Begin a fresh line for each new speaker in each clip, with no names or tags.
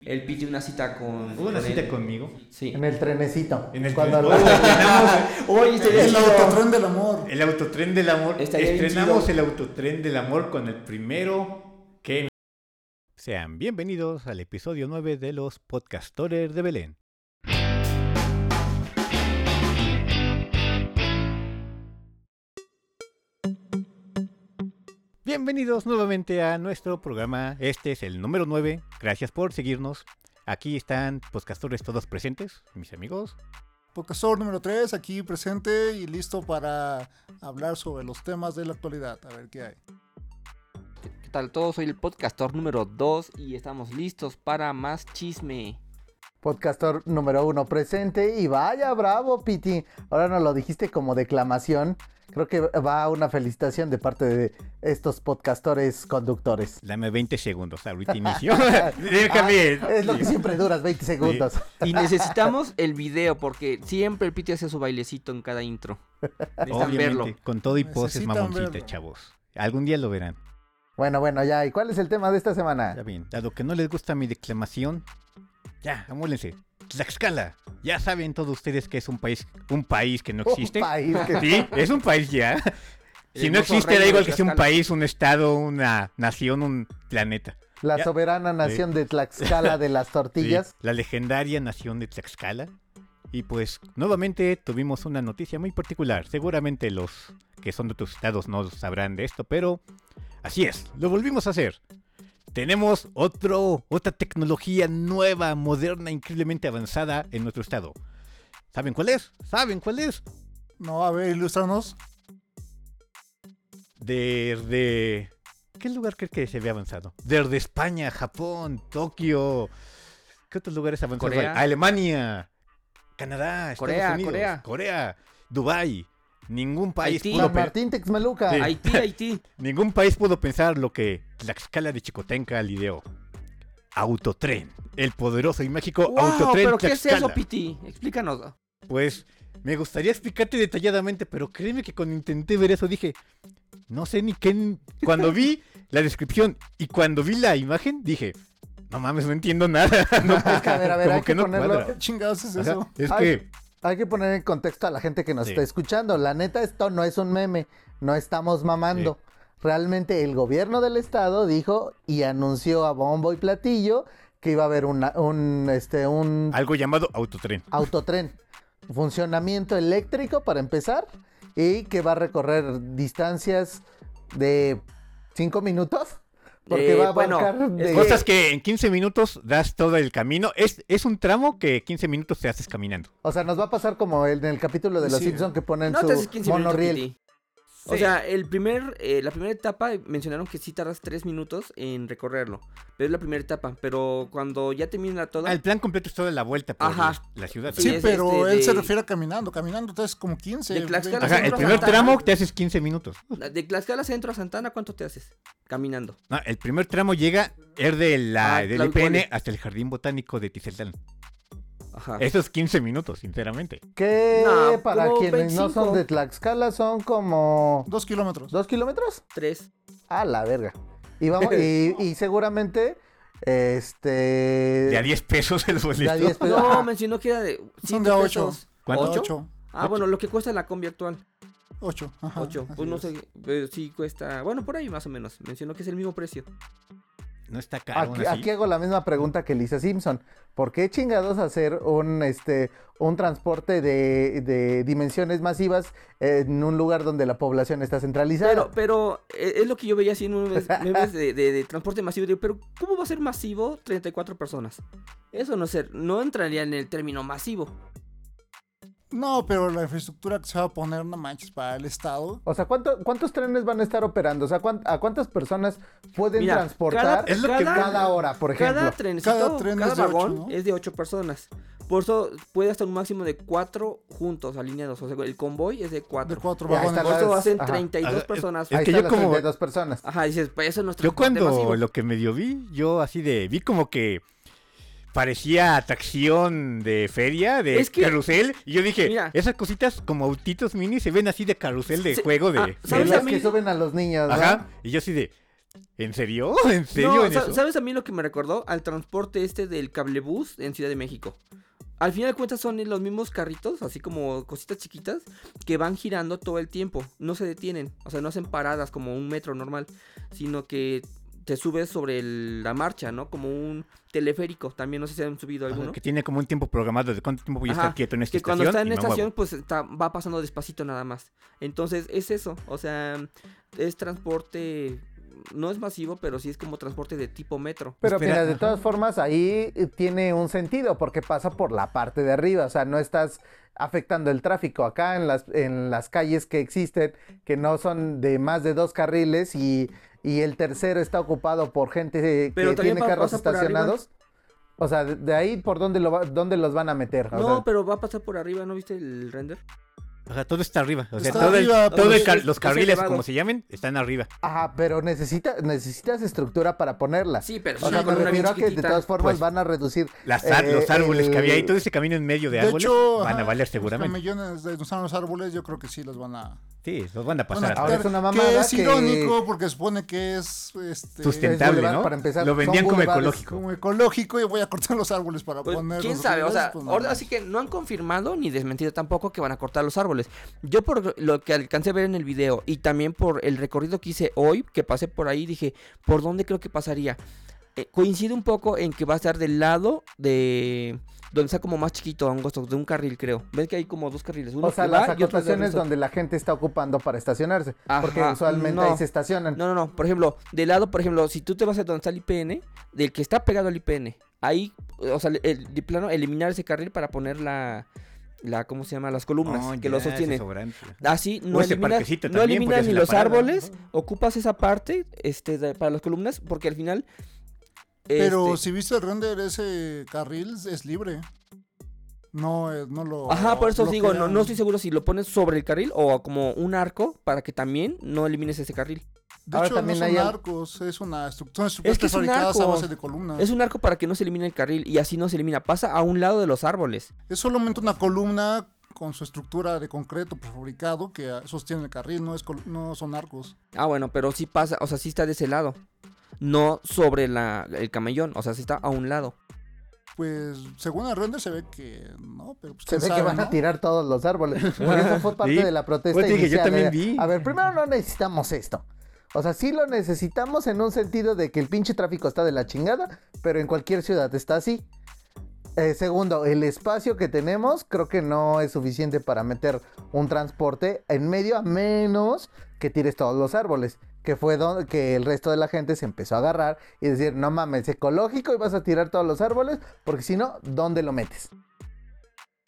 Él pide una cita con.
Hubo una
con
cita
él.
conmigo.
Sí.
En el trenecito.
En el
cuando
tren-
lo-
Oye, estaría
El
chido.
autotren del amor.
El autotren del amor.
Estaría bien
Estrenamos
chido.
el autotren del amor con el primero que... Sean bienvenidos al episodio 9 de los Podcastores de Belén. Bienvenidos nuevamente a nuestro programa. Este es el número 9. Gracias por seguirnos. Aquí están podcastores todos presentes, mis amigos.
Podcastor número 3, aquí presente y listo para hablar sobre los temas de la actualidad. A ver qué hay.
¿Qué tal todos? Soy el podcastor número 2 y estamos listos para más chisme.
Podcastor número uno presente. Y vaya, bravo, Piti. Ahora nos lo dijiste como declamación. Creo que va una felicitación de parte de estos podcastores conductores.
Dame 20 segundos, ahorita inicio. Déjame.
Ah, Es lo que siempre duras, 20 segundos.
Y necesitamos el video porque siempre el Piti hace su bailecito en cada intro. Necesitan
Obviamente,
verlo.
con todo y poses
Necesitan
mamoncita,
verlo.
chavos. Algún día lo verán.
Bueno, bueno, ya. ¿Y cuál es el tema de esta
Está
semana?
bien. Dado que no les gusta mi declamación, ya, amólense. Tlaxcala. Ya saben todos ustedes que es un país, un país que no existe.
Un país que-
Sí, es un país ya. Si no
hermoso
existe, da
reino
igual
de
que sea un
Tlaxcala.
país, un estado, una nación, un planeta.
la
Ya.
soberana nación de Tlaxcala de las
Sí,
tortillas.
la legendaria nación de Tlaxcala. Y pues nuevamente tuvimos una noticia muy particular. Seguramente los que son de tus estados no sabrán de esto, pero así es, lo volvimos a hacer. Tenemos otro, otra tecnología nueva, moderna, increíblemente avanzada en nuestro estado. ¿Saben cuál es? ¿Saben cuál es?
No, a ver, ilustranos.
Desde... ¿Qué lugar crees que se ve avanzado? Desde España, Japón, Tokio. ¿Qué otros lugares avanzados?
Corea.
hay? Alemania, Canadá, Estados
Corea,
Unidos,
Corea.
Dubái. Ningún país,
Haití.
pudo
San
pe-
Martín Texmeluca.
Sí.
Haití, Haití.
ningún país pudo pensar lo que Tlaxcala de Chicotenca lideó. Autotren. El poderoso y mágico
Wow,
autotren
¿Pero qué es eso,
Tlaxcala.
Piti? Explícanos.
Pues me gustaría explicarte detalladamente, pero créeme que cuando intenté ver eso dije, no sé ni qué... Cuando vi la descripción y cuando vi la imagen dije, no mames, no entiendo nada. No,
Es que, a ver, a ver, hay que ponerlo-
¿Qué chingados es
Ajá,
eso?
es
Ay,
que...
Hay que poner en contexto a la gente que nos
Sí.
está escuchando. La neta, esto no es un meme. No estamos mamando. Realmente el gobierno del estado dijo y anunció a bombo y platillo que iba a haber una- un, este, un
Algo llamado autotren.
autotren. Funcionamiento eléctrico para empezar y que va a recorrer distancias de 5 minutos. Porque
Eh,
va a
bueno,
abarcar
es
de-
Cosas que en 15 minutos das todo el camino. Es, es un tramo que 15 minutos te haces caminando.
O sea, nos va a pasar como en el capítulo de Los
Sí.
Simpson que ponen
No te haces
su
15 minutos,
monorriel.
Piti. O sea, el primer, eh, la primera etapa mencionaron que sí tardas 3 minutos en recorrerlo. Pero es la primera etapa. Pero cuando ya termina toda.
Ah, el plan completo es toda la vuelta por
Ajá.
la ciudad.
Sí,
Sí,
es
pero
este,
él
de-
se refiere a caminando. Caminando entonces como 15.
De Tlaxcala
20.
Ajá, el primer tramo te haces 15 minutos.
De Tlaxcala Centro a Santana, ¿cuánto te haces? Caminando.
No, el primer tramo llega es de la,
Ah,
del
Tlalpone.
IPN hasta el Jardín Botánico de Tizeltán.
Ajá.
Esos 15 minutos, sinceramente.
Que
No,
para
como
quienes no
25.
son de Tlaxcala son como
Dos kilómetros.
dos kilómetros.
Tres.
A la verga. Y vamos, y, y seguramente este
Eh,
De a 10 pesos el
de
boleto.
a 10 pesos.
No,
Ajá.
mencionó que era de.
Son
cinco
de a
pesos.
ocho.
¿Cuánto?
¿Ocho?
8.
Ah, bueno, lo que cuesta la combi actual.
8. Ajá.
8.
así
Pues no
es.
sé. Pero sí cuesta. Bueno, por ahí más o menos. Mencionó que es el mismo precio.
No está caro.
Aquí,
aún así.
aquí hago la misma pregunta que Lisa Simpson. ¿Por qué chingados hacer un este un transporte de, de dimensiones masivas en un lugar donde la población está centralizada?
Pero, pero eh, es lo que yo veía así en memes, memes de, de- de transporte masivo. Digo, pero ¿cómo va a ser masivo 34 personas? Eso no es ser, no entraría en el término masivo.
No, pero la infraestructura que se va a poner, no manches, para el Estado.
O sea, ¿cuánto- ¿cuántos trenes van a estar operando? O sea, ¿cuán- ¿a cuántas personas pueden
Mira,
transportar
cada-
Es lo que
cada, hora, por ejemplo?
Cada trencito, cada,
Cada tren es de ocho,
vagón
¿no?
es de 8 personas. Por eso puede hasta un máximo de 4 juntos alineados. O sea, el convoy es de 4.
De cuatro
Ya, ahí
vagones.
está
Por eso
las-
hacen
ajá.
32
Ajá, es-
personas.
es-
Ahí
que yo
están las
como-
32 personas.
Ajá, dices, pues eso no es
Yo
transporte
cuando
masivo.
lo que medio vi, yo así de. Vi como que. Parecía atracción de feria, de
Es que-
carrusel. Y yo dije,
Mira.
esas cositas como autitos mini se ven así de carrusel de
Sí,
juego de.
ah,
de-
De
¿sabes?
las
a mí-
que suben a los niños, ¿no?
Ajá. Y yo así de. ¿En serio? ¿En serio?
No,
en
sa-
eso?
¿Sabes a mí lo que me recordó? Al transporte este del cablebús en Ciudad de México. Al final de cuentas son los mismos carritos, así como cositas chiquitas, que van girando todo el tiempo. No se detienen, o sea, no hacen paradas como un metro normal, sino que te subes sobre el- la marcha, ¿no? Como un teleférico. También no sé si han subido
Ah,
alguno.
Que tiene como un tiempo programado de cuánto tiempo voy a
Ajá,
estar quieto en esta
que
estación.
cuando está en
y
la
me muevo.
estación, pues está- va pasando despacito nada más. Entonces, es eso. O sea, es transporte. No es masivo, pero sí es como transporte de tipo metro.
Pero
Espera,
mira, de
ajá.
todas formas, ahí eh, tiene un sentido porque pasa por la parte de arriba, o sea, no estás afectando el tráfico acá en las, en las calles que existen, que no son de más de dos carriles y, y el tercero está ocupado por gente eh,
Pero
que
también
tiene
pa-
carros
pasa por arriba.
estacionados. O sea, de, de ahí por dónde, lo va- dónde los van a meter. O
No,
sea,
pero va a pasar por arriba, ¿no viste el render?
Ajá, todo está arriba. O sea,
Está
todo el-
arriba,
todo el
pues,
car-
es-
los
es
carriles,
elevado.
como se llamen, están arriba.
Ajá, pero necesita, necesitas estructura para ponerla.
Sí, pero
o sea, me refiero a que de todas formas
Pues,
van a reducir
Las ar-
eh,
los árboles que había ahí,
el-
todo ese camino en medio de,
De
árboles,
hecho,
van a
ajá,
valer
Los
seguramente.
millones de los árboles, yo creo que sí los van a.
Sí, los van a
van a
pasar.
ahora
quitar,
es una mamada
que es
que-
irónico porque supone que es
Sustenta-
este,
sustentable,
boulevard,
¿no?
para empezar,
Lo
son
vendían como
boulevards.
ecológico.
como ecológico y voy a cortar los árboles para
Pues,
poner.
¿Quién
los
sabe? O sea,
rieles, pues, no
ahora
mames.
sí que no han confirmado ni desmentido tampoco que van a cortar los árboles. Yo por lo que alcancé a ver en el video y también por el recorrido que hice hoy, que pasé por ahí, dije, ¿por dónde creo que pasaría? Eh, coincide un poco en que va a estar del lado de donde está como más chiquito, angosto, de un carril creo. ¿Ves que hay como dos carriles? pues, Uno
O sea,
que
las
va y otro de
acotaciones
regreso.
donde la gente está ocupando para estacionarse. porque
Ajá,
usualmente
no.
ahí se estacionan.
No, no, no. Por ejemplo, del lado, por ejemplo, si tú te vas a donde está el IPN, del que está pegado al IPN, ahí, o sea, el, de plano, eliminar ese carril para poner la, la ¿cómo se llama? Las columnas
No,
que
Oh, ya,
lo
ese
sostienen.
sobrante.
Así no
ese
eliminas,
parquecito
no
también,
eliminas
podrías
ni
en la
los
parada,
árboles,
ajá.
ocupas esa parte este, de- para las columnas, porque al final...
Pero
este,
si viste el render, ese carril es libre. No, eh, no lo.
Ajá, por eso os digo, no,
bloquean.
no estoy seguro si lo pones sobre el carril o como un arco para que también no elimines ese carril.
De
Ahora
hecho,
también
no
hay
son
al-
arcos, es una estructura. Es
que es un
fabricadas a
arco.
base de columnas.
Es un arco para que no se elimine el carril y así no se elimina. Pasa a un lado de los árboles.
Es solamente una columna con su estructura de concreto prefabricado que ah, sostiene el carril, no, es col- no son arcos.
Ah, bueno, pero sí pasa, o sea, sí está de ese lado. No sobre la, el camellón, o sea, sí está a un lado.
Pues según el render se ve que no, pero pues,
Se
quién
ve que
sabe,
van a
¿no?
tirar todos los árboles. Porque eso fue parte
Sí.
de la protesta
Pues te dije, yo
inicial,
también
era,
vi.
A ver, primero no necesitamos esto. O sea, sí lo necesitamos en un sentido de que el pinche tráfico está de la chingada, pero en cualquier ciudad está así. Eh, segundo, el espacio que tenemos creo que no es suficiente para meter un transporte en medio a menos que tires todos los árboles, que fue donde que el resto de la gente se empezó a agarrar y decir, no mames, ecológico y vas a tirar todos los árboles, porque si no, ¿dónde lo metes?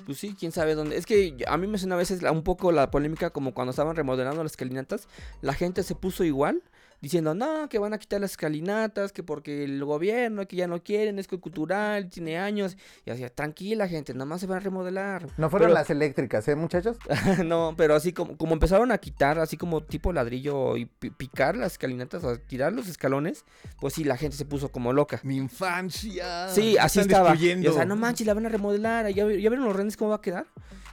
Pues sí, quién sabe dónde. Es que a mí me suena a veces la- un poco la polémica como cuando estaban remodelando las escalinatas. La gente se puso igual, diciendo, no, que van a quitar las escalinatas, que porque el gobierno, que ya no quieren, es cultural, tiene años. Y hacía, tranquila gente, nada más se van a remodelar.
No fueron
Pero-
las eléctricas, ¿eh, muchachos?
no, pero así como, como empezaron a quitar, así como tipo ladrillo y pi- picar las escalinatas, o sea, tirar los escalones, pues sí, la gente se puso como loca.
Mi infancia.
Sí,
me
así
Ah. están
estaba. Y,
destruyendo.
o sea, no manches, la van a remodelar. ¿Ya, ya vieron los renders cómo va a quedar?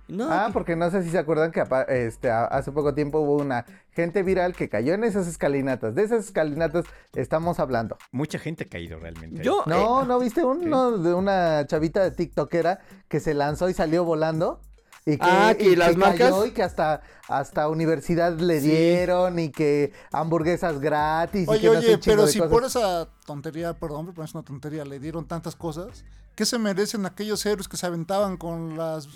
No,
Ah,
que-
porque no sé si se acuerdan que apa- este, a- hace poco tiempo hubo una gente viral que cayó en esas escalinatas. De esas escalinatas estamos hablando.
Mucha gente ha caído realmente. ahí.
yo.
No,
eh,
¿no viste uno de una chavita de tiktokera que se lanzó y salió volando? Y que,
Ah, que
y
las marcas-
cayó y que hasta, hasta universidad le
Sí.
dieron y que hamburguesas gratis. y
Oye,
que no sé
oye,
un chingo
pero
de
si
cosas.
por esa tontería, perdón, pero es una tontería, le dieron tantas cosas, ¿qué se merecen aquellos héroes que se aventaban con las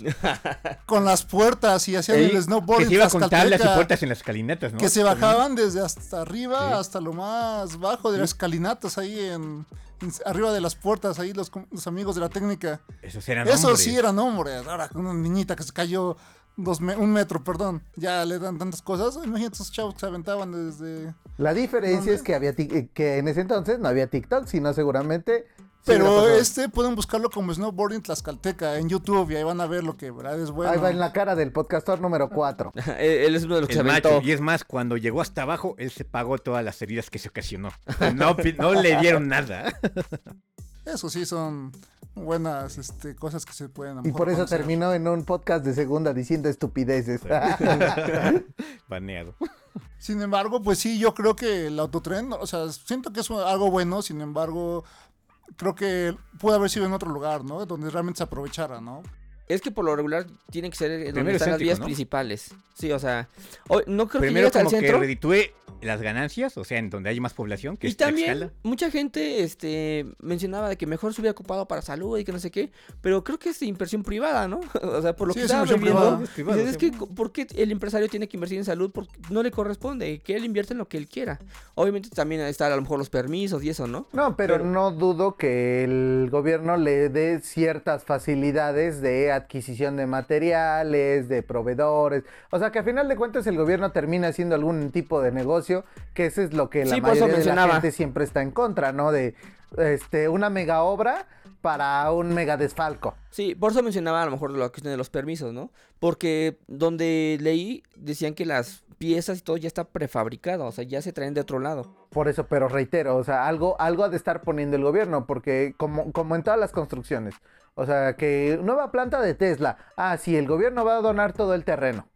con las puertas y hacían
Ey,
el snowboard
que se
en
iba con tablas y
Tlaxcalteca?
puertas en las escalinatas, ¿no?
Que se bajaban desde hasta arriba
Sí.
hasta lo más bajo de las escalinatas ahí en, en- arriba de las puertas ahí los, com- los amigos de la técnica.
Esos eran
Eso
hombres.
sí eran hombres. Ahora con una niñita que se cayó dos me- un metro, perdón, ya le dan tantas cosas. Imagínate esos chavos que se aventaban desde.
La diferencia
No,
es que, había tic- eh, que en ese entonces no había TikTok, sino seguramente... sí hubiera
Pero
pasado.
este pueden buscarlo como Snowboarding Tlaxcalteca en YouTube y ahí van a ver lo que verdad es bueno.
Ahí va en la cara del podcastor número 4.
Eh, él él es uno de los que se
El
aventó.
macho, y es más, cuando llegó hasta abajo, él se pagó todas las heridas que se ocasionó. No, pi- no le dieron nada.
Eso sí son buenas este, cosas que se pueden. a lo
Y
mejor,
por eso
conocer.
terminó en un podcast de segunda diciendo estupideces.
Baneado.
Sin embargo, pues sí, yo creo que el autotren, o sea, siento que es un- algo bueno, sin embargo, creo que puede haber sido en otro lugar, ¿no? Donde realmente se aprovechara, ¿no?
Es que por lo regular tiene que ser en donde
Primero
están las
céntrico,
vías
¿no?
principales. Sí, o sea, o- no creo que llegue
Primero
hasta el
como que
centro.
reditúe las ganancias, o sea, en donde hay más población, que
y
es Tlaxcala.
también mucha gente este mencionaba de que mejor se hubiera ocupado para salud y que no sé qué, pero creo que es inversión privada, ¿no? O sea, por lo
Sí,
que
es
estaba
inversión
viendo,
privada.
Es privado,
dices, es
sí.
que co- ¿por qué el empresario tiene que invertir en salud? Porque no le corresponde, que él invierta en lo que él quiera. Obviamente también están a lo mejor los permisos y eso, ¿no?
No, pero,
Pero-
no dudo que el gobierno le dé ciertas facilidades de adquisición de materiales, de proveedores. O sea, que a final de cuentas el gobierno termina haciendo algún tipo de negocio, que eso es lo que la
Sí, por eso
mayoría de la
mencionaba.
gente siempre está en contra, ¿no? De este una mega obra para un mega desfalco.
Sí, por eso mencionaba a lo mejor la cuestión de los permisos, ¿no? Porque donde leí decían que las piezas y todo ya está prefabricado, o sea, ya se traen de otro lado.
Por eso, pero reitero, o sea, algo, algo ha de estar poniendo el gobierno, porque como, como en todas las construcciones, o sea, que nueva planta de Tesla, ah, sí, el gobierno va a donar todo el terreno.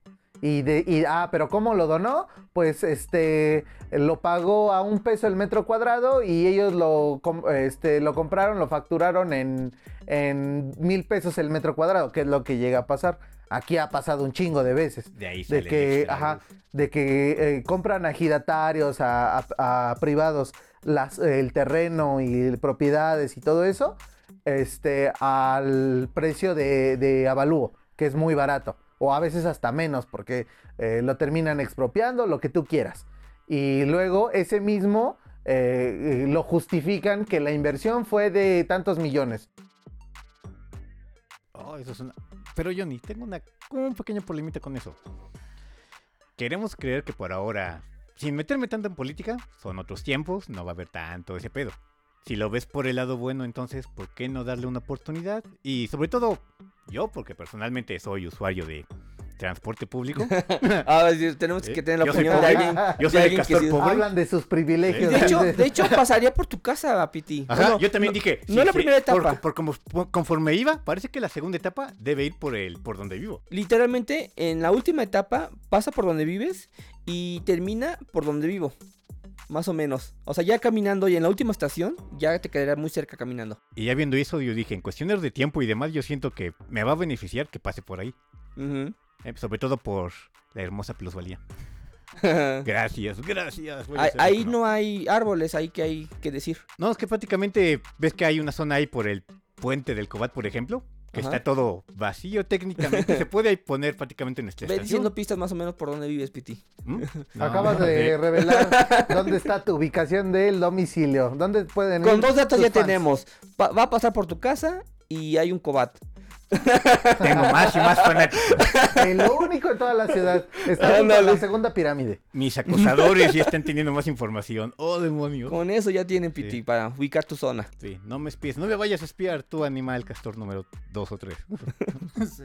Y, de, y, ah, pero ¿cómo lo donó? Pues, este, lo pagó a un peso el metro cuadrado y ellos lo, com- este, lo compraron, lo facturaron en, en mil pesos el metro cuadrado, que es lo que llega a pasar. Aquí ha pasado un chingo de veces
De ahí sale
de
el
que,
extra,
ajá,
güey.
de que eh, compran a giratarios, a, a- a privados, las, el terreno y propiedades y todo eso, este, al precio de, de avalúo, que es muy barato, o a veces hasta menos, porque eh, lo terminan expropiando, lo que tú quieras. Y luego ese mismo eh, eh, lo justifican que la inversión fue de tantos millones.
Oh, eso es una- Pero Johnny, tengo una, como un pequeño polemita con eso. Queremos creer que por ahora, sin meterme tanto en política, son otros tiempos, no va a haber tanto ese pedo. Si lo ves por el lado bueno, entonces, ¿por qué no darle una oportunidad? Y sobre todo, yo, porque personalmente soy usuario de transporte público.
Ah, sí, tenemos
Sí,
que tener la
yo soy
opinión de
pobre.
alguien.
Yo
de
soy el
alguien que
castor
sí-
pobre.
Hablan de sus privilegios.
De hecho,
dice.
de hecho, pasaría por tu casa, Piti.
Ajá,
Bueno,
yo también
no-
dije.
no es la primera
por-
etapa.
Por, como- por- conforme iba, parece que la segunda etapa debe ir por el, por donde vivo.
Literalmente, en la última etapa, pasa por donde vives y termina por donde vivo. Más o menos. O sea, ya caminando y en la última estación, ya te quedará muy cerca caminando.
Y ya viendo eso, yo dije, en cuestiones de tiempo y demás, yo siento que me va a beneficiar que pase por ahí.
Ujú.
Eh, sobre todo por la hermosa plusvalía. Gracias, gracias. voy a
ahí
hacer
ahí
lo que
no hay árboles, ahí que hay que decir.
No, es que prácticamente ves que hay una zona ahí por el puente del Cobat, por ejemplo, que
Ajá.
está todo vacío técnicamente. Se puede ahí poner prácticamente en esta
Ve
estación.
diciendo pistas más o menos por donde vives, Piti.
¿Mm? No,
Acabas
no,
de revelar dónde está tu ubicación del domicilio. ¿Dónde pueden ir
Con dos datos
tus
ya
fans?
tenemos. Pa- va a pasar por tu casa y hay un cobat.
Tengo más y más fanáticos.
Eh, lo único en toda la ciudad. Está en
Ándale.
la segunda pirámide.
Mis acosadores ya están teniendo más información. Oh, demonio.
Con eso ya tienen, Piti,
Sí.
para ubicar tu zona.
Sí, no me espíes, no me vayas a espiar tú, animal castor número 2 o 3.
Sí.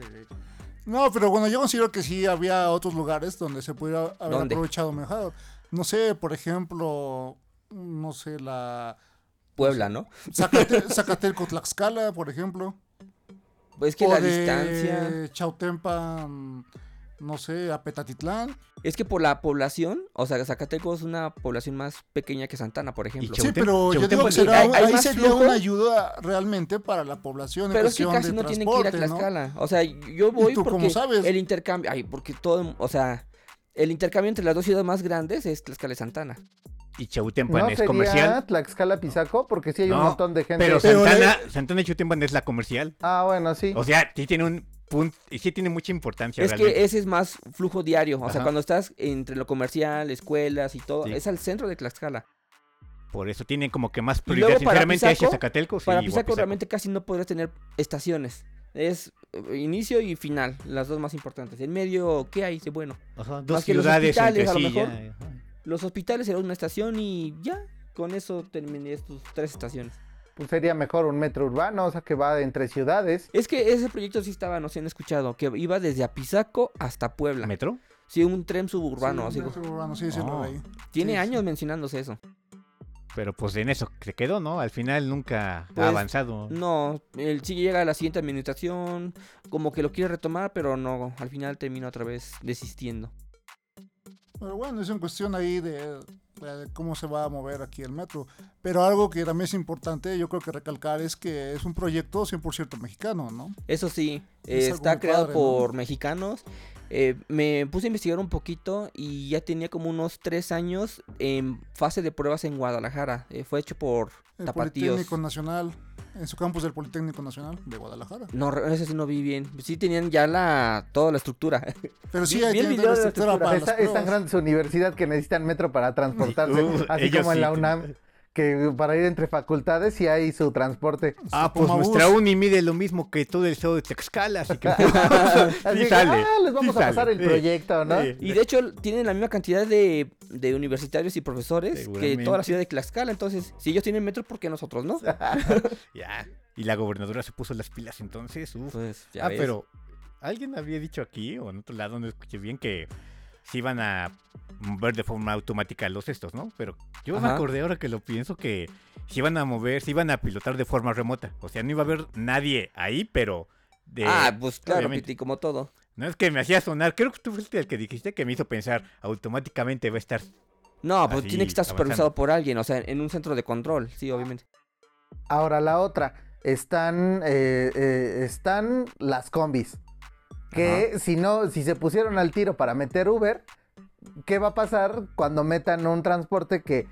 No, pero bueno, yo considero que sí había otros lugares donde se pudiera haber
¿Dónde?
aprovechado mejor. No sé, por ejemplo, no sé, la
Puebla, ¿no?
Zacate- Zacatelco Tlaxcala, por ejemplo.
Pues es que
o
la
de
distancia.
Chautempan, no sé, a Petatitlán.
Es que por la población, o sea, Zacatecos es una población más pequeña que Santana, por ejemplo.
Chau-
Sí,
Chautem-
pero yo digo
Chautempan
que
sí.
será
Hay-
un-
hay
ahí
más
sería
flujo.
una ayuda realmente para la población en
Pero es que
cuestión
casi
de
no tienen que ir a
transporte, ¿no?
Tlaxcala. O sea, yo voy
tú cómo
porque
sabes?
el intercambio. Ay, porque todo. O sea, el intercambio entre las dos ciudades más grandes es Tlaxcala y Santana.
Y
¿No
Chautempan es
sería
comercial.
Tlaxcala Pizaco? Porque sí hay un
No,
montón de gente.
Pero
Pero
¿eh?
Santana, Santana y Chautempan es la comercial.
Ah, bueno, sí.
O sea, sí tiene un punto, y sí tiene mucha importancia
es
realmente.
que ese es más flujo diario. O sea,
Ajá.
cuando estás entre lo comercial, escuelas y todo,
Sí.
es al centro de Tlaxcala.
Por eso tiene como que más
Y luego
prioridad,
para
sinceramente, hacia
Pisaco-
Zacatelco. sí,
Para
o a
Pisaco,
Pisaco.
realmente casi no podrías tener estaciones. Es eh, inicio y final, las dos más importantes. En medio, ¿qué hay de bueno?
Ajá, dos
más que los
ciudades eh, entre
hospitales, a lo
sí. ya,
mejor.
ajá.
Los hospitales eran una estación y ya, con eso terminé tus tres estaciones.
Pues sería mejor un metro urbano, o sea, que va entre ciudades.
Es que ese proyecto sí estaba, no sé si han escuchado, que iba desde Apizaco hasta Puebla.
¿Metro?
Sí, un tren suburbano.
Sí,
así,
urbano, sí, sí, lo
Oh.
leí.
tiene
sí, sí.
años mencionándose eso.
Pero pues en eso se quedó, ¿no? Al final nunca
Pues,
ha avanzado.
No, él sí llega a la siguiente administración, como que lo quiere retomar, pero no, al final termina otra vez desistiendo.
Pero bueno, es en cuestión ahí de, de cómo se va a mover aquí el metro. Pero algo que también es importante, yo creo que recalcar, es que es un proyecto 100% mexicano, ¿no?
Eso sí,
Es
eh,
algo
está
muy
creado
padre, ¿no?
por mexicanos. Eh, me puse a investigar un poquito y ya tenía como unos tres años en fase de pruebas en Guadalajara. Eh, fue hecho por
El
Tapatíos.
Politécnico Nacional, en su campus del Politécnico Nacional de Guadalajara.
No, re- ese sí no vi bien. Sí tenían ya la toda la estructura.
Pero sí,
Vi-
ahí
vi el
tienen
video
la
de la
estructura
estructura.
para
Está-
las
es tan
pruebas.
grande su universidad que necesitan metro para transportarse,
Uh,
así
ellos
como en
sí.
la UNAM, que para ir entre facultades y hay su transporte.
Ah, pues
Tomabús.
nuestra uni mide lo mismo que todo el estado de Tlaxcala, así que.
Así
Sí
que,
sale,
ah, les vamos
sí
a pasar
sale,
el
sí.
proyecto, ¿no?
Sí.
ah, y de hecho tienen la misma cantidad de, de universitarios y profesores que toda
Seguramente.
la ciudad de Tlaxcala. Entonces, si ellos tienen metro, ¿por qué nosotros no?
Ya. Y la gobernadora se puso las pilas entonces. uf.
Pues ya
ah,
ves.
pero alguien había dicho aquí o en otro lado, no escuché bien, que se iban a mover de forma automática los estos, ¿no? Pero yo me
Ajá.
acordé ahora que lo pienso que se iban a mover, se iban a pilotar de forma remota. O sea, no iba a haber nadie ahí, pero de-
ah, pues claro,
eh, obviamente.
Piti, como todo.
no es que me hacía sonar. Creo que tú fuiste el que dijiste que me hizo pensar automáticamente va a estar.
No, pues
Así,
tiene que estar
Ah, avanzando.
supervisado por alguien, o sea, en un centro de control, sí, obviamente.
Ahora la otra, están, eh, eh, están las combis. Que si no, si se pusieron al tiro para meter Uber, ¿qué va a pasar cuando metan un transporte que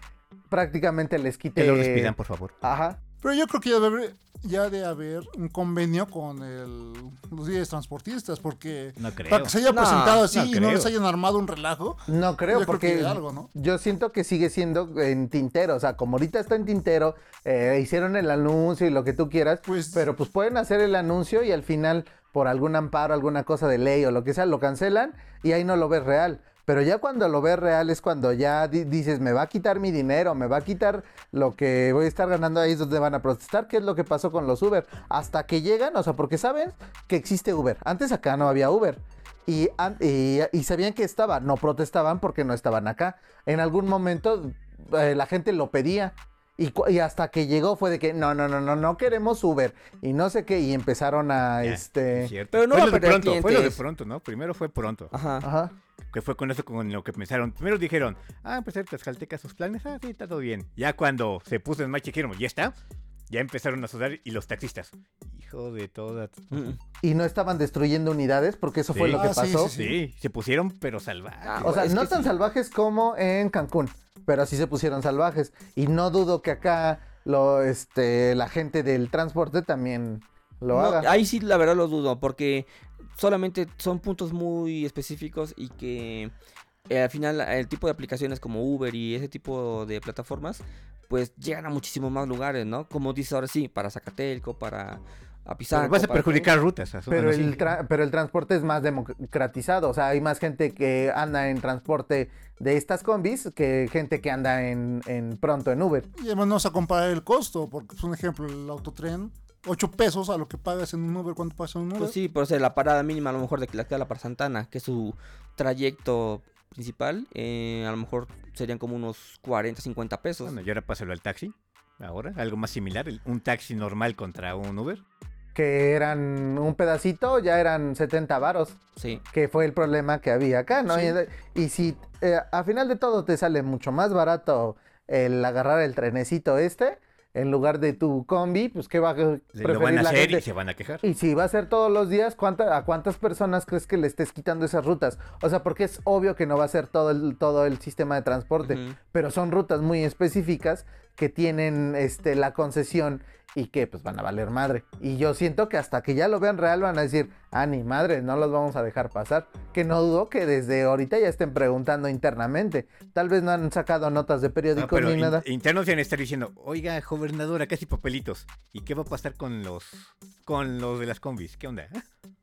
prácticamente les quite?
Que lo respiran, por favor.
Ajá.
Pero yo creo que ya debe, ya de haber un convenio con el, los líderes transportistas, porque
No creo.
para que se haya
No,
presentado así
no
y no
creo.
les hayan armado un relajo,
No creo,
Yo creo
porque
que algo, ¿no?
yo siento que sigue siendo en tintero. O sea, como ahorita está en tintero, eh, hicieron el anuncio y lo que tú quieras,
Pues-
pero pues pueden hacer el anuncio y al final, por algún amparo, alguna cosa de ley o lo que sea, lo cancelan y ahí no lo ves real. Pero ya cuando lo ves real es cuando ya di- dices, me va a quitar mi dinero, me va a quitar lo que voy a estar ganando. Ahí es donde van a protestar, que es lo que pasó con los Uber. Hasta que llegan, o sea, porque saben que existe Uber. Antes acá no había Uber. Y, an- y- y sabían que estaba, no protestaban porque no estaban acá. En algún momento eh, la gente lo pedía. Y, cu- y hasta que llegó fue de que no, no, no, no, no queremos Uber. Y no sé qué. Y empezaron
Ya,
a
es
este.
cierto.
Pero Ah. no
fue
va
lo
a
de
perder
pronto, fue lo de
clientes.
pronto, ¿no? Primero fue pronto.
Ajá.
Ajá.
que fue con eso con lo que pensaron. Primero dijeron, ah, pues el Tlaxcalteca sus planes, ah, sí, está todo bien. Ya cuando se puso en marcha dijeron, ya está, ya empezaron a sudar y los taxistas. Hijo de toda.
Mm.
Y no estaban destruyendo unidades porque eso fue
Sí.
lo que
Ah, sí,
pasó.
Sí, se pusieron pero salvajes.
Ah,
O sea,
Es
no
que
tan salvajes como en Cancún, pero sí se pusieron salvajes. Y no dudo que acá lo, este, la gente del transporte también
No,
lo haga.
ahí sí la verdad lo dudo, porque solamente son puntos muy específicos y que eh, al final el tipo de aplicaciones como Uber y ese tipo de plataformas, pues llegan a muchísimos más lugares, ¿no? Como dice ahora sí, para Zacatelco, para
Pero
Apizaco.
vas a
para-
perjudicar rutas. a zonas
Pero
así.
el, tra- pero el transporte es más democratizado, o sea, hay más gente que anda en transporte de estas combis que gente que anda en, en pronto en Uber.
y además no vas a comparar el costo, porque es un ejemplo, el autotren, 8 pesos a lo que pagas en un Uber, ¿cuánto pagas en un Uber?
Pues sí, por ser la parada mínima a lo mejor de Tlaxcala para Santana, que es su trayecto principal, eh, a lo mejor serían como unos 40, 50 pesos.
Bueno, y ahora pásalo al taxi. Ahora, algo más similar, el- un taxi normal contra un Uber.
Que eran un pedacito, ya eran 70 varos,
Sí.
que fue el problema que había acá, ¿no?
Sí.
Y, y si eh, a final de todo te sale mucho más barato el agarrar el trenecito este, en lugar de tu combi, pues ¿qué va a
Le- Lo van
preferir
a
la
hacer
gente?
y se van a quejar.
Y si va a ser todos los días, ¿cuánta- ¿a cuántas personas crees que le estés quitando esas rutas? O sea, porque es obvio que no va a ser todo el, todo el sistema de transporte,
Ujú.
pero son rutas muy específicas que tienen este, la concesión y que pues van a valer madre. Y yo siento que hasta que ya lo vean real van a decir, ah, ni madre, no los vamos a dejar pasar. Que no dudo que desde ahorita ya estén preguntando internamente. Tal vez no han sacado notas de
Ah,
periódicos
pero
ni
in-
nada.
internos van a estar diciendo, oiga, gobernadora, casi papelitos. ¿Y qué va a pasar con los con los de las combis? ¿Qué onda?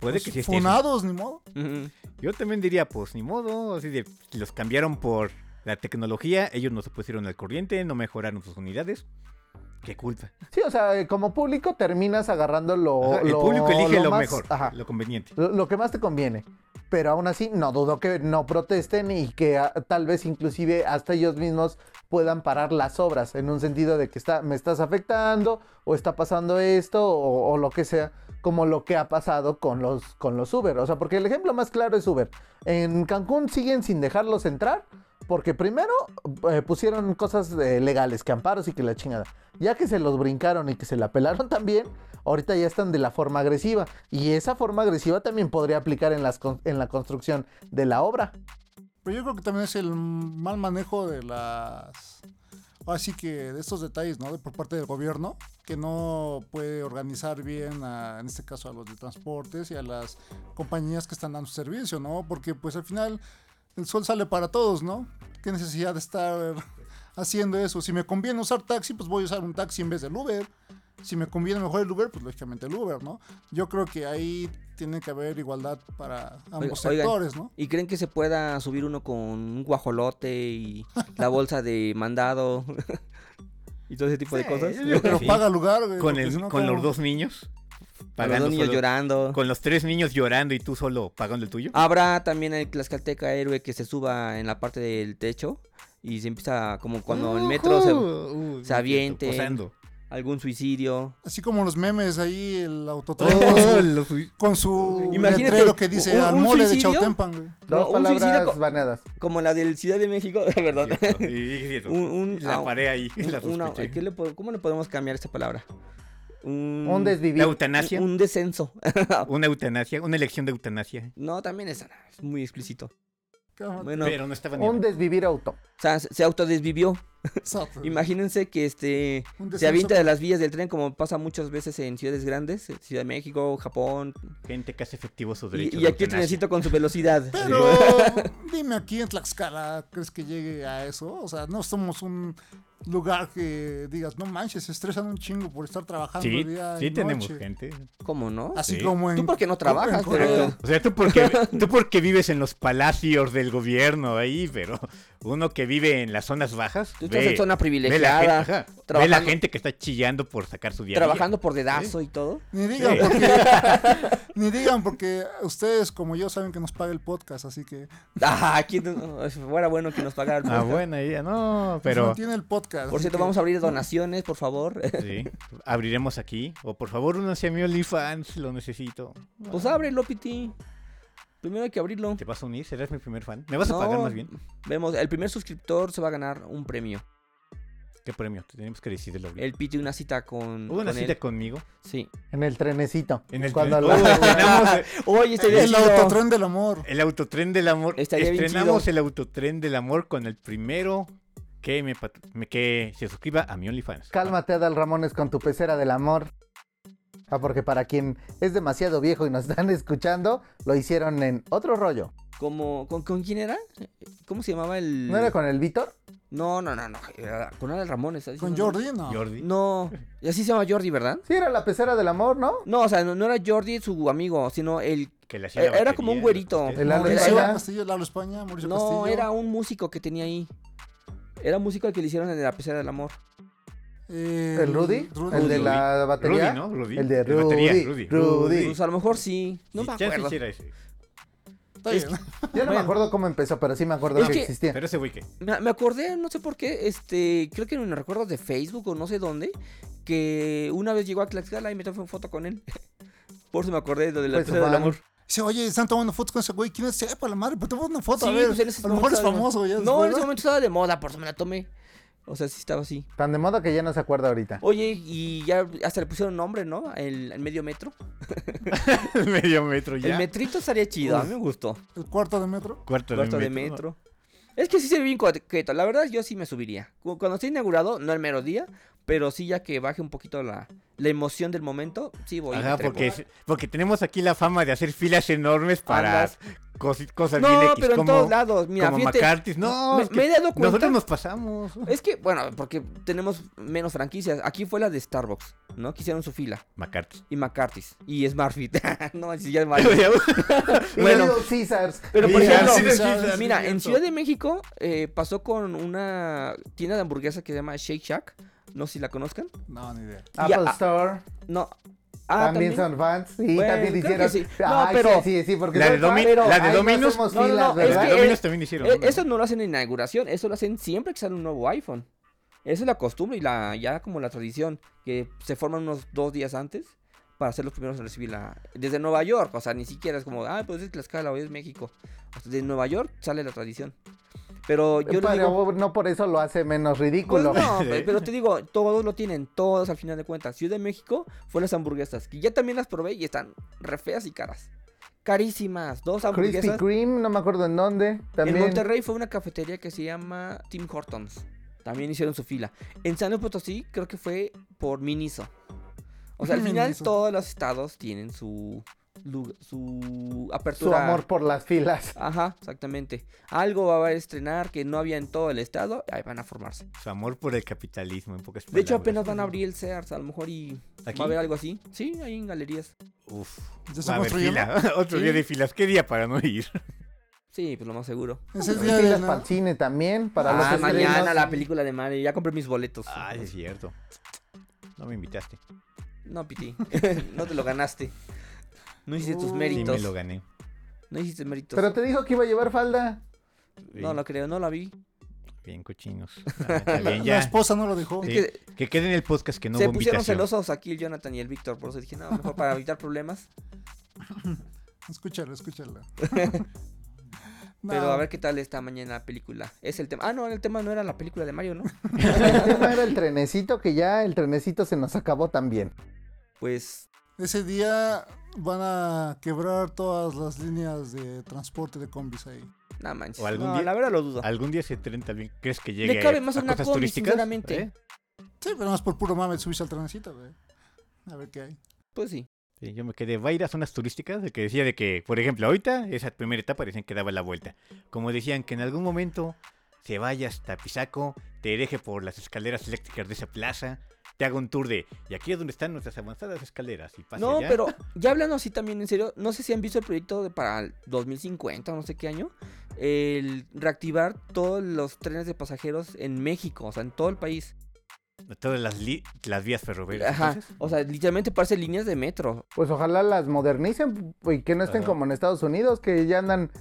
Puede
Pues,
que sí esté eso.
funados, ni modo.
Ujú.
Yo también diría, pues ni modo, así de los cambiaron por la tecnología, ellos no se pusieron al corriente, no mejoraron sus unidades. Qué culpa.
Sí, o sea, eh, como público terminas agarrando lo...
Ajá, el
lo-
público elige lo,
más-
mejor,
ajá.
lo conveniente.
lo, lo que más te conviene. Pero aún así, no dudo que no protesten y que ah, tal vez inclusive hasta ellos mismos puedan parar las obras en un sentido de que está, me estás afectando o está pasando esto o, o lo que sea. como lo que ha pasado con los, con los Uber. O sea, porque el ejemplo más claro es Uber. En Cancún siguen sin dejarlos entrar porque primero eh, pusieron cosas eh, legales, que amparos y que la chingada. Ya que se los brincaron y que se la pelaron también, ahorita ya están de la forma agresiva. Y esa forma agresiva también podría aplicar en, las con- en la construcción de la obra.
Pero yo creo que también es el mal manejo de las. Así que de estos detalles, ¿no? De por parte del gobierno, que no puede organizar bien, a- en este caso, a los de transportes y a las compañías que están dando servicio, ¿no? Porque, pues al final, el sol sale para todos, ¿no? ¿Qué necesidad de estar haciendo eso? Si me conviene usar taxi, pues voy a usar un taxi en vez del Uber. Si me conviene mejor el Uber, pues lógicamente el Uber, ¿no? Yo creo que ahí tiene que haber igualdad para ambos
Oigan,
sectores, ¿no?
¿Y creen que se pueda subir uno con un guajolote y la bolsa de mandado y todo ese tipo de
Sí,
cosas?
yo digo
Con
Pero
Sí.
paga lugar, güey.
Con,
porque
el-
pues, si no,
con
¿cómo?
los dos niños.
los
Pagando
dos niños
solo-
llorando. Ah,
Con los tres niños llorando y tú solo pagando el tuyo.
Habrá también el Tlaxcalteca héroe que se suba en la parte del techo y se empieza como cuando en metro se-
Uh, uh,
se avienten.
posando.
algún suicidio.
Así como los memes ahí, el autotren
Oh,
con su-
los-
con su
Imagínate,
letrero que dice
un-
al
un
mole de
suicidio.
Chautempan, güey.
Dos
No, un suicidio
palabras
co-
baneadas.
como la del Ciudad de México, perdón.
Cierto, sí, cierto.
Un- un-
la
ah,
paré ahí.
Un-
la
una-
sospeché.
¿qué le po- ¿Cómo le podemos cambiar esta palabra? Un,
Un
La
desvivir.
eutanasia.
un descenso.
Una eutanasia. Una elección de eutanasia.
no, también es, es muy explícito.
Cámara.
Bueno,
Pero no estaba ni.
Un desvivir auto.
o sea, se se autodesvivió.
Exacto.
Imagínense que este
Un
se
descenso.
avienta de las vías del tren como pasa muchas veces en ciudades grandes, eh, Ciudad de México, Japón.
Gente que hace efectivo su
Y,
derecho.
y
de
aquí el
eutanasia.
trenecito con su velocidad.
Pero dime aquí en Tlaxcala, ¿crees que llegue a eso? O sea, no somos un lugar que digas, no manches, se estresan un chingo por estar trabajando
Sí,
día y
sí tenemos
noche".
gente.
¿Cómo no?
Así
Sí.
como en...
Tú porque no
como en
trabajas,
Corea.
pero-
O sea, tú porque, tú porque vives en los palacios del gobierno ahí, pero uno que vive en las zonas bajas.
Tú estás en zona
ve la gente,
privilegiada,
ajá, ve la
trabajando-
gente que está chillando por sacar su día. a día.
trabajando por dedazo y todo.
Ni digan,
Sí.
porque, ni digan porque ustedes como yo saben que nos paga el podcast, así que...
Ah, aquí no- fuera bueno que nos pagara el
Ah,
podcast.
bueno, ya no,
Pero...
pero.
tiene el podcast.
Por
así
cierto,
que-
vamos a abrir donaciones, por favor.
Sí, abriremos aquí. O por favor, únanse a mi OnlyFans, lo necesito.
Pues ábrelo, Piti. Primero hay que abrirlo.
¿Te vas a unir? ¿Serás mi primer fan? ¿Me vas a
No,
pagar más bien?
Vemos, el primer suscriptor se va a ganar un premio.
¿Qué premio? Tenemos que decidirlo. ahorita.
El Piti una cita con,
Hubo una
con
cita
él.
conmigo.
Sí.
En el trenecito.
En el
Cuando
tren.
la-
Estrenamos
Oye, este
El
decido.
autotren del amor.
el autotren del amor.
Estaría bien
Estrenamos
chido.
el autotren del amor con el primero que me, pat- me- que se suscriba a mi OnlyFans.
Cálmate, Adal Ramones, con tu pecera del amor. Ah, porque para quien es demasiado viejo y nos están escuchando, lo hicieron en otro rollo.
Como, ¿con, con quién era? ¿Cómo se llamaba el...?
¿No era con el Víctor?
No, no, no, no, era Con Adal Ramón. ¿estás
Con
diciendo?
Jordi, no.
Jordi.
No. Y así se llama Jordi, ¿verdad?
Sí, era la pecera del amor, ¿no?
No, o sea, no, no era Jordi su amigo, sino el...
que le hacía
Eh, Era,
la batería,
como un
los
güerito.
costes.
El Lalo
Era-
Mauricio
España.
Castillo, Lalo España, Mauricio
no,
Castillo.
era un músico que tenía ahí. Era un músico al que le hicieron en la pecera del amor.
Eh,
¿El Rudy?
Rudy.
¿El de
Rudy.
la batería?
Rudy, ¿no? Rudy.
El de
El batería,
Rudy.
Rudy.
Rudy.
Sí.
Pues a lo mejor sí. No
Sí,
me
chance
acuerdo.
sí era ese.
Está bien.
Yo no me
Bueno.
acuerdo cómo empezó, pero sí me acuerdo
Es
que,
que-
existía.
Pero ese güey que.
Me, me acordé, no sé por qué, este, creo que en los recuerdos de Facebook o no sé dónde, que una vez llegó a Tlaxcala y me tomé una foto con él. Por eso me acordé de la
Pues,
pecera del
Juan.
amor.
Dice, oye, están tomando fotos con ese güey. ¿Quién es ese? Para la madre, pero toma una foto.
Sí,
a ver,
pues, en ese
a lo mejor
momento
es
estaba de moda.
famoso. Ya
No,
después,
en ese momento estaba de moda, por eso me la tomé. O sea, sí estaba así.
Tan de moda que ya no se acuerda ahorita.
Oye, y ya hasta le pusieron nombre, ¿no? El, el medio metro.
Medio metro ya.
El metrito estaría chido, a mí me gustó.
El cuarto de metro.
Cuarto,
Cuarto de metro. Es que sí se ve bien coqueto. La verdad, yo sí me subiría. Cu- Cuando esté inaugurado, no el mero día, pero sí ya que baje un poquito la, la emoción del momento, sí voy. y me
Ajá,
trepo.
porque, es- porque tenemos aquí la fama de hacer filas enormes para
Andas.
cosi- cosas bien
No,
X,
pero en
como,
todos lados. Mira,
como
fíjate.
McCarthy's. No,
me-
es que
me he dado cuenta-
Nosotros nos pasamos.
Es que, bueno, porque tenemos menos franquicias. Aquí fue la de Starbucks, ¿no? Que hicieron su fila.
McCarthy.
Y McCarthy's. Y Smartfit. no, si ya es malo.
Y
bueno,
luego Caesars.
Pues, Pero por
Sí,
ejemplo,
sí, sí, sí,
sí,
Pues mira,
sí,
en
cierto.
Ciudad de México eh, pasó con una tienda de hamburguesas que se llama Shake Shack. No sé si la conozcan.
No, ni idea.
y
Apple
a-
Store.
No. Ah,
también, son fans. Sí,
Bueno,
también
creo que
hicieron.
sí. No,
Ay,
pero-
sí, sí, sí, porque
La
son
de Domi-
fans.
la de
Ahí no
Dominos-
hacemos
No, no,
filas,
no,
los
es
¿verdad?
que-
Dominos
eh,
también hicieron.
Eh,
¿no?
eso no lo hacen en inauguración, eso lo hacen siempre que sale un nuevo iPhone. Esa es la costumbre y la ya como la tradición, que se forman unos dos días antes para ser los primeros en recibir la... Desde Nueva York, o sea, ni siquiera es como, ah, pues es Tlaxcala o es México. O sea, de Nueva York sale la tradición. Pero yo
Pero
le digo...
no por eso lo hace menos ridículo.
Pues no, pe- pero te digo, todos lo tienen, todos al final de cuentas. Ciudad de México fue las hamburguesas, que ya también las probé y están re feas y caras. Carísimas, dos
Krispy
hamburguesas.
Kreme, no me acuerdo en dónde. También.
En Monterrey fue una cafetería que se llama Tim Hortons. También hicieron su fila. En San Luis Potosí creo que fue por Miniso. O sea, al final
Miniso.
todos los estados tienen su lu- su
Su
apertura.
amor por las filas.
Ajá, exactamente. Algo va a estrenar que no había en todo el estado, ahí van a formarse.
Su amor por el capitalismo, en pocas
De hecho,
palabras.
apenas van a abrir el Sears, a lo mejor y
¿Aquí?
va a haber algo así. Sí, ahí en galerías.
Uf.
¿Ya
va a
están
haber
construyendo?
fila. Otro
Sí.
día de filas. ¿Qué día para no ir?
Sí, pues lo más seguro.
Es
Hay
el día de
filas
la-
para el cine también. Para
ah,
los
mañana
estrenos.
la película de Mario. Ya compré mis boletos.
Ah, es cierto. No me invitaste.
No, Piti. no te lo ganaste. No hiciste tus
Uy.
Uh, Sí,
méritos.
me lo gané.
No hiciste méritos.
Pero te dijo que iba a llevar falda.
No lo creo, no la vi.
Bien cochinos. Ah, está
La,
bien,
la
ya.
esposa no lo dejó.
Sí,
Es
Que quede en el podcast que no
Se
hubo
pusieron
invitación.
celosos aquí el Jonathan y el Víctor. Por eso dije, no, mejor para evitar problemas.
Escúchala, escúchala. No,
Pero a ver qué tal esta mañana la película. Es el tema. Ah, no, el tema no era la película de Mario, ¿no?
El tema era el trenecito, que ya el trenecito se nos acabó también.
Pues
Ese día van a quebrar todas las líneas de transporte de combis ahí.
nada manches.
O algún
No,
día-
la verdad lo dudo.
Algún día se tren también. ¿Crees que llegue
Le cabe más
a
una
cosas
combi,
turísticas?
sinceramente.
¿Eh?
Sí, pero más por puro mame subirse al trencito, güey. A ver qué hay.
Pues sí.
Sí, yo me quedé. ¿Va a ir a zonas turísticas? El que decía de que, por ejemplo, ahorita, esa primera etapa decían que daba la vuelta. Como decían que en algún momento se vaya hasta Pisaco, te deje por las escaleras eléctricas de esa plaza, te haga un tour de. Y aquí es donde están nuestras avanzadas escaleras. Y pase
No,
allá.
pero ya hablando así también en serio, no sé si han visto el proyecto de para el 2050 o no sé qué año, el reactivar todos los trenes de pasajeros en México, o sea, en todo el país.
Todas las, li- las vías ferroviarias.
Ajá.
entonces.
O sea, literalmente parece líneas de metro.
Pues ojalá las modernicen y que no estén
Ajá.
como en Estados Unidos, que ya andan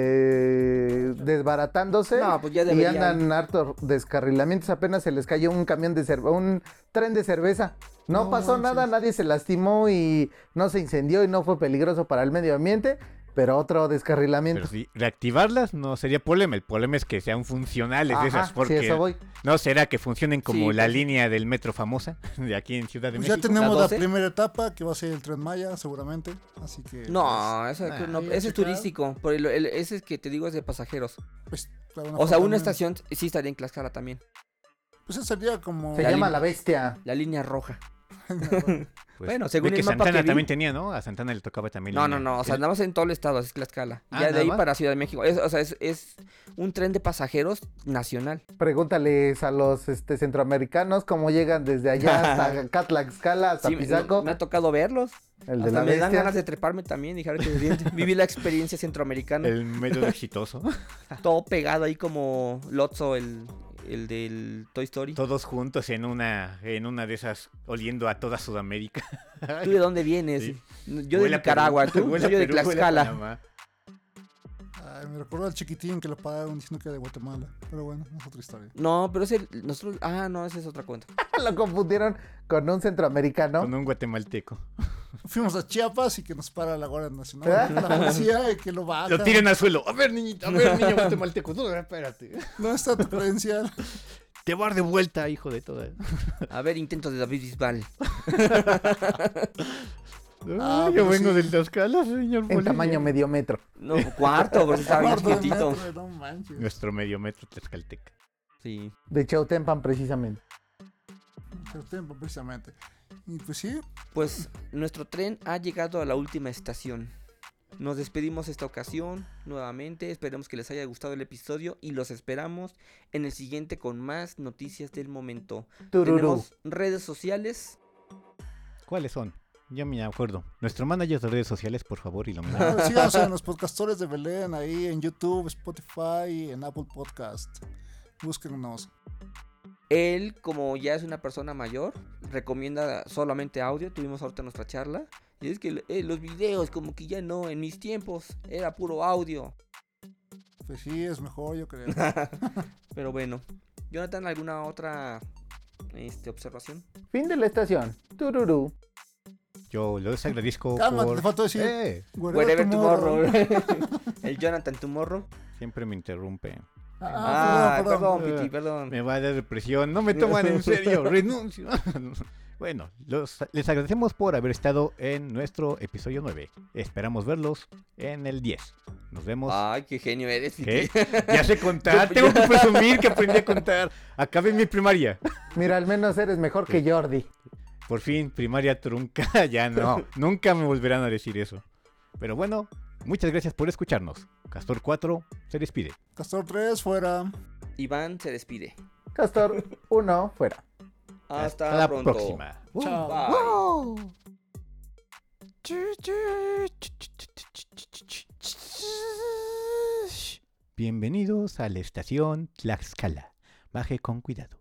este desbaratándose
No, pues ya
y
deberían.
andan hartos descarrilamientos. Apenas se les cayó un camión de cerveza, un tren de cerveza. No,
No
pasó nada,
manches.
nadie se lastimó y no se incendió y no fue peligroso para el medio ambiente, pero otro descarrilamiento.
Pero sí, reactivarlas no sería problema. El problema es que sean funcionales
Ajá,
esas.
sí,
Porque
eso voy.
no será que funcionen como
Sí,
la
pues sí.
línea del metro famosa de aquí en Ciudad de
Pues ya
México.
tenemos
¿La
la
12?
primera etapa, que va a ser el Tren Maya, seguramente. Así que...
No, esa-
pues, nah,
no,
voy a
ese es
checar.
turístico, pero el- el- ese que te digo es de pasajeros.
pues, la van a
O sea,
cortar
una
en-
estación sí estaría en Tlaxcala también,
Pues eso sería como...
Se
La
llama
línea.
La Bestia.
la línea roja.
Pues,
Bueno, según el
ve que
mapa
Santana
que vi-
también tenía, ¿no? A Santana le tocaba también.
No,
la
no,
línea.
no, o sea,
El-
nada más en todo el estado, así es Tlaxcala.
Ah,
ya de
nada
ahí
más.
para Ciudad de México. Es- o sea, es, es un tren de pasajeros nacional.
Pregúntales a los este, centroamericanos cómo llegan desde allá hasta Catlaxcala, hasta
Sí, me,
Pizaco,
me ha tocado verlos.
el
Hasta
de la
me dan
bestia.
ganas de treparme también, dejar que viví la experiencia centroamericana.
el método exitoso.
Todo pegado ahí como Lotso, el, el del Toy Story.
Todos juntos en una en una de esas, oliendo a toda Sudamérica.
¿Tú de dónde vienes?
Sí.
Yo
Huele
de
a
Nicaragua,
Perú,
tú
huele
No,
a
yo de
Perú, huele a
Tlaxcala.
Panamá.
Ay, me recuerdo al chiquitín que lo pagaron diciendo que era de Guatemala. Pero bueno, es otra historia.
No, pero ese, nosotros, ah, no, esa es otra cuenta.
Lo confundieron con un centroamericano.
Con un guatemalteco.
Fuimos a Chiapas y que nos para la Guardia Nacional. La policía y que lo baja.
Lo tiran al suelo. A ver, niñito, a ver, niño guatemalteco. No, espérate.
No está tu credencial.
Te voy a dar de vuelta, hijo de toda.
A ver, intentos de David Bisbal.
Ah,
yo
pero
pues
vengo
sí.
del Tlaxcala, señor.
En
Bolillo.
tamaño medio metro.
No, cuarto, porque estaba bien
Guardo de
chiquitito.
metro, No manches.
Nuestro medio metro tlaxcalteca.
Sí.
De Chautempan, precisamente.
Pero tiempo, precisamente. Y pues sí,
Pues nuestro tren ha llegado a la última estación. Nos despedimos esta ocasión nuevamente. Esperemos que les haya gustado el episodio y los esperamos en el siguiente con más noticias del momento.
Tururú.
Tenemos redes sociales.
¿Cuáles son? Yo me acuerdo. Nuestro manager de redes sociales, por favor, y lo
Claro, Síganos en los podcastores de Belén, ahí en YouTube, Spotify, y en Apple Podcast. Búsquennos.
Él, como ya es una persona mayor, recomienda solamente audio. Tuvimos ahorita nuestra charla. Y es que eh, los videos, como que ya no, en mis tiempos era puro audio.
Pues sí, es mejor, yo creo.
Pero bueno, Jonathan, ¿alguna otra este, observación?
Fin de la estación. Tururú.
Yo les agradezco
Calma,
por...
te faltó decir.
Eh,
Wherever tomorrow. el Jonathan Tomorrow.
siempre me interrumpe.
Ah,
perdón, perdón.
perdón, Piti, perdón.
Me va a dar depresión, no me toman en serio, renuncio. bueno, los- les agradecemos por haber estado en nuestro episodio 9. Esperamos verlos en el 10. Nos vemos.
Ah,
Ay, qué genio eres,
¿Qué?
Piti.
Ya sé contar,
Yo-
tengo que presumir que aprendí a contar. Acabé mi primaria.
Mira, al menos eres mejor que Jordi.
Por fin, primaria trunca, ya no. Nunca me volverán a decir eso. Pero bueno, muchas gracias por escucharnos. Castor 4 se despide.
Castor 3, fuera.
Iván se despide.
Castor, uno, fuera.
Hasta,
la
pronto.
próxima. Uh.
Chao.
Bye.
Bienvenidos a la estación Tlaxcala. Baje con cuidado.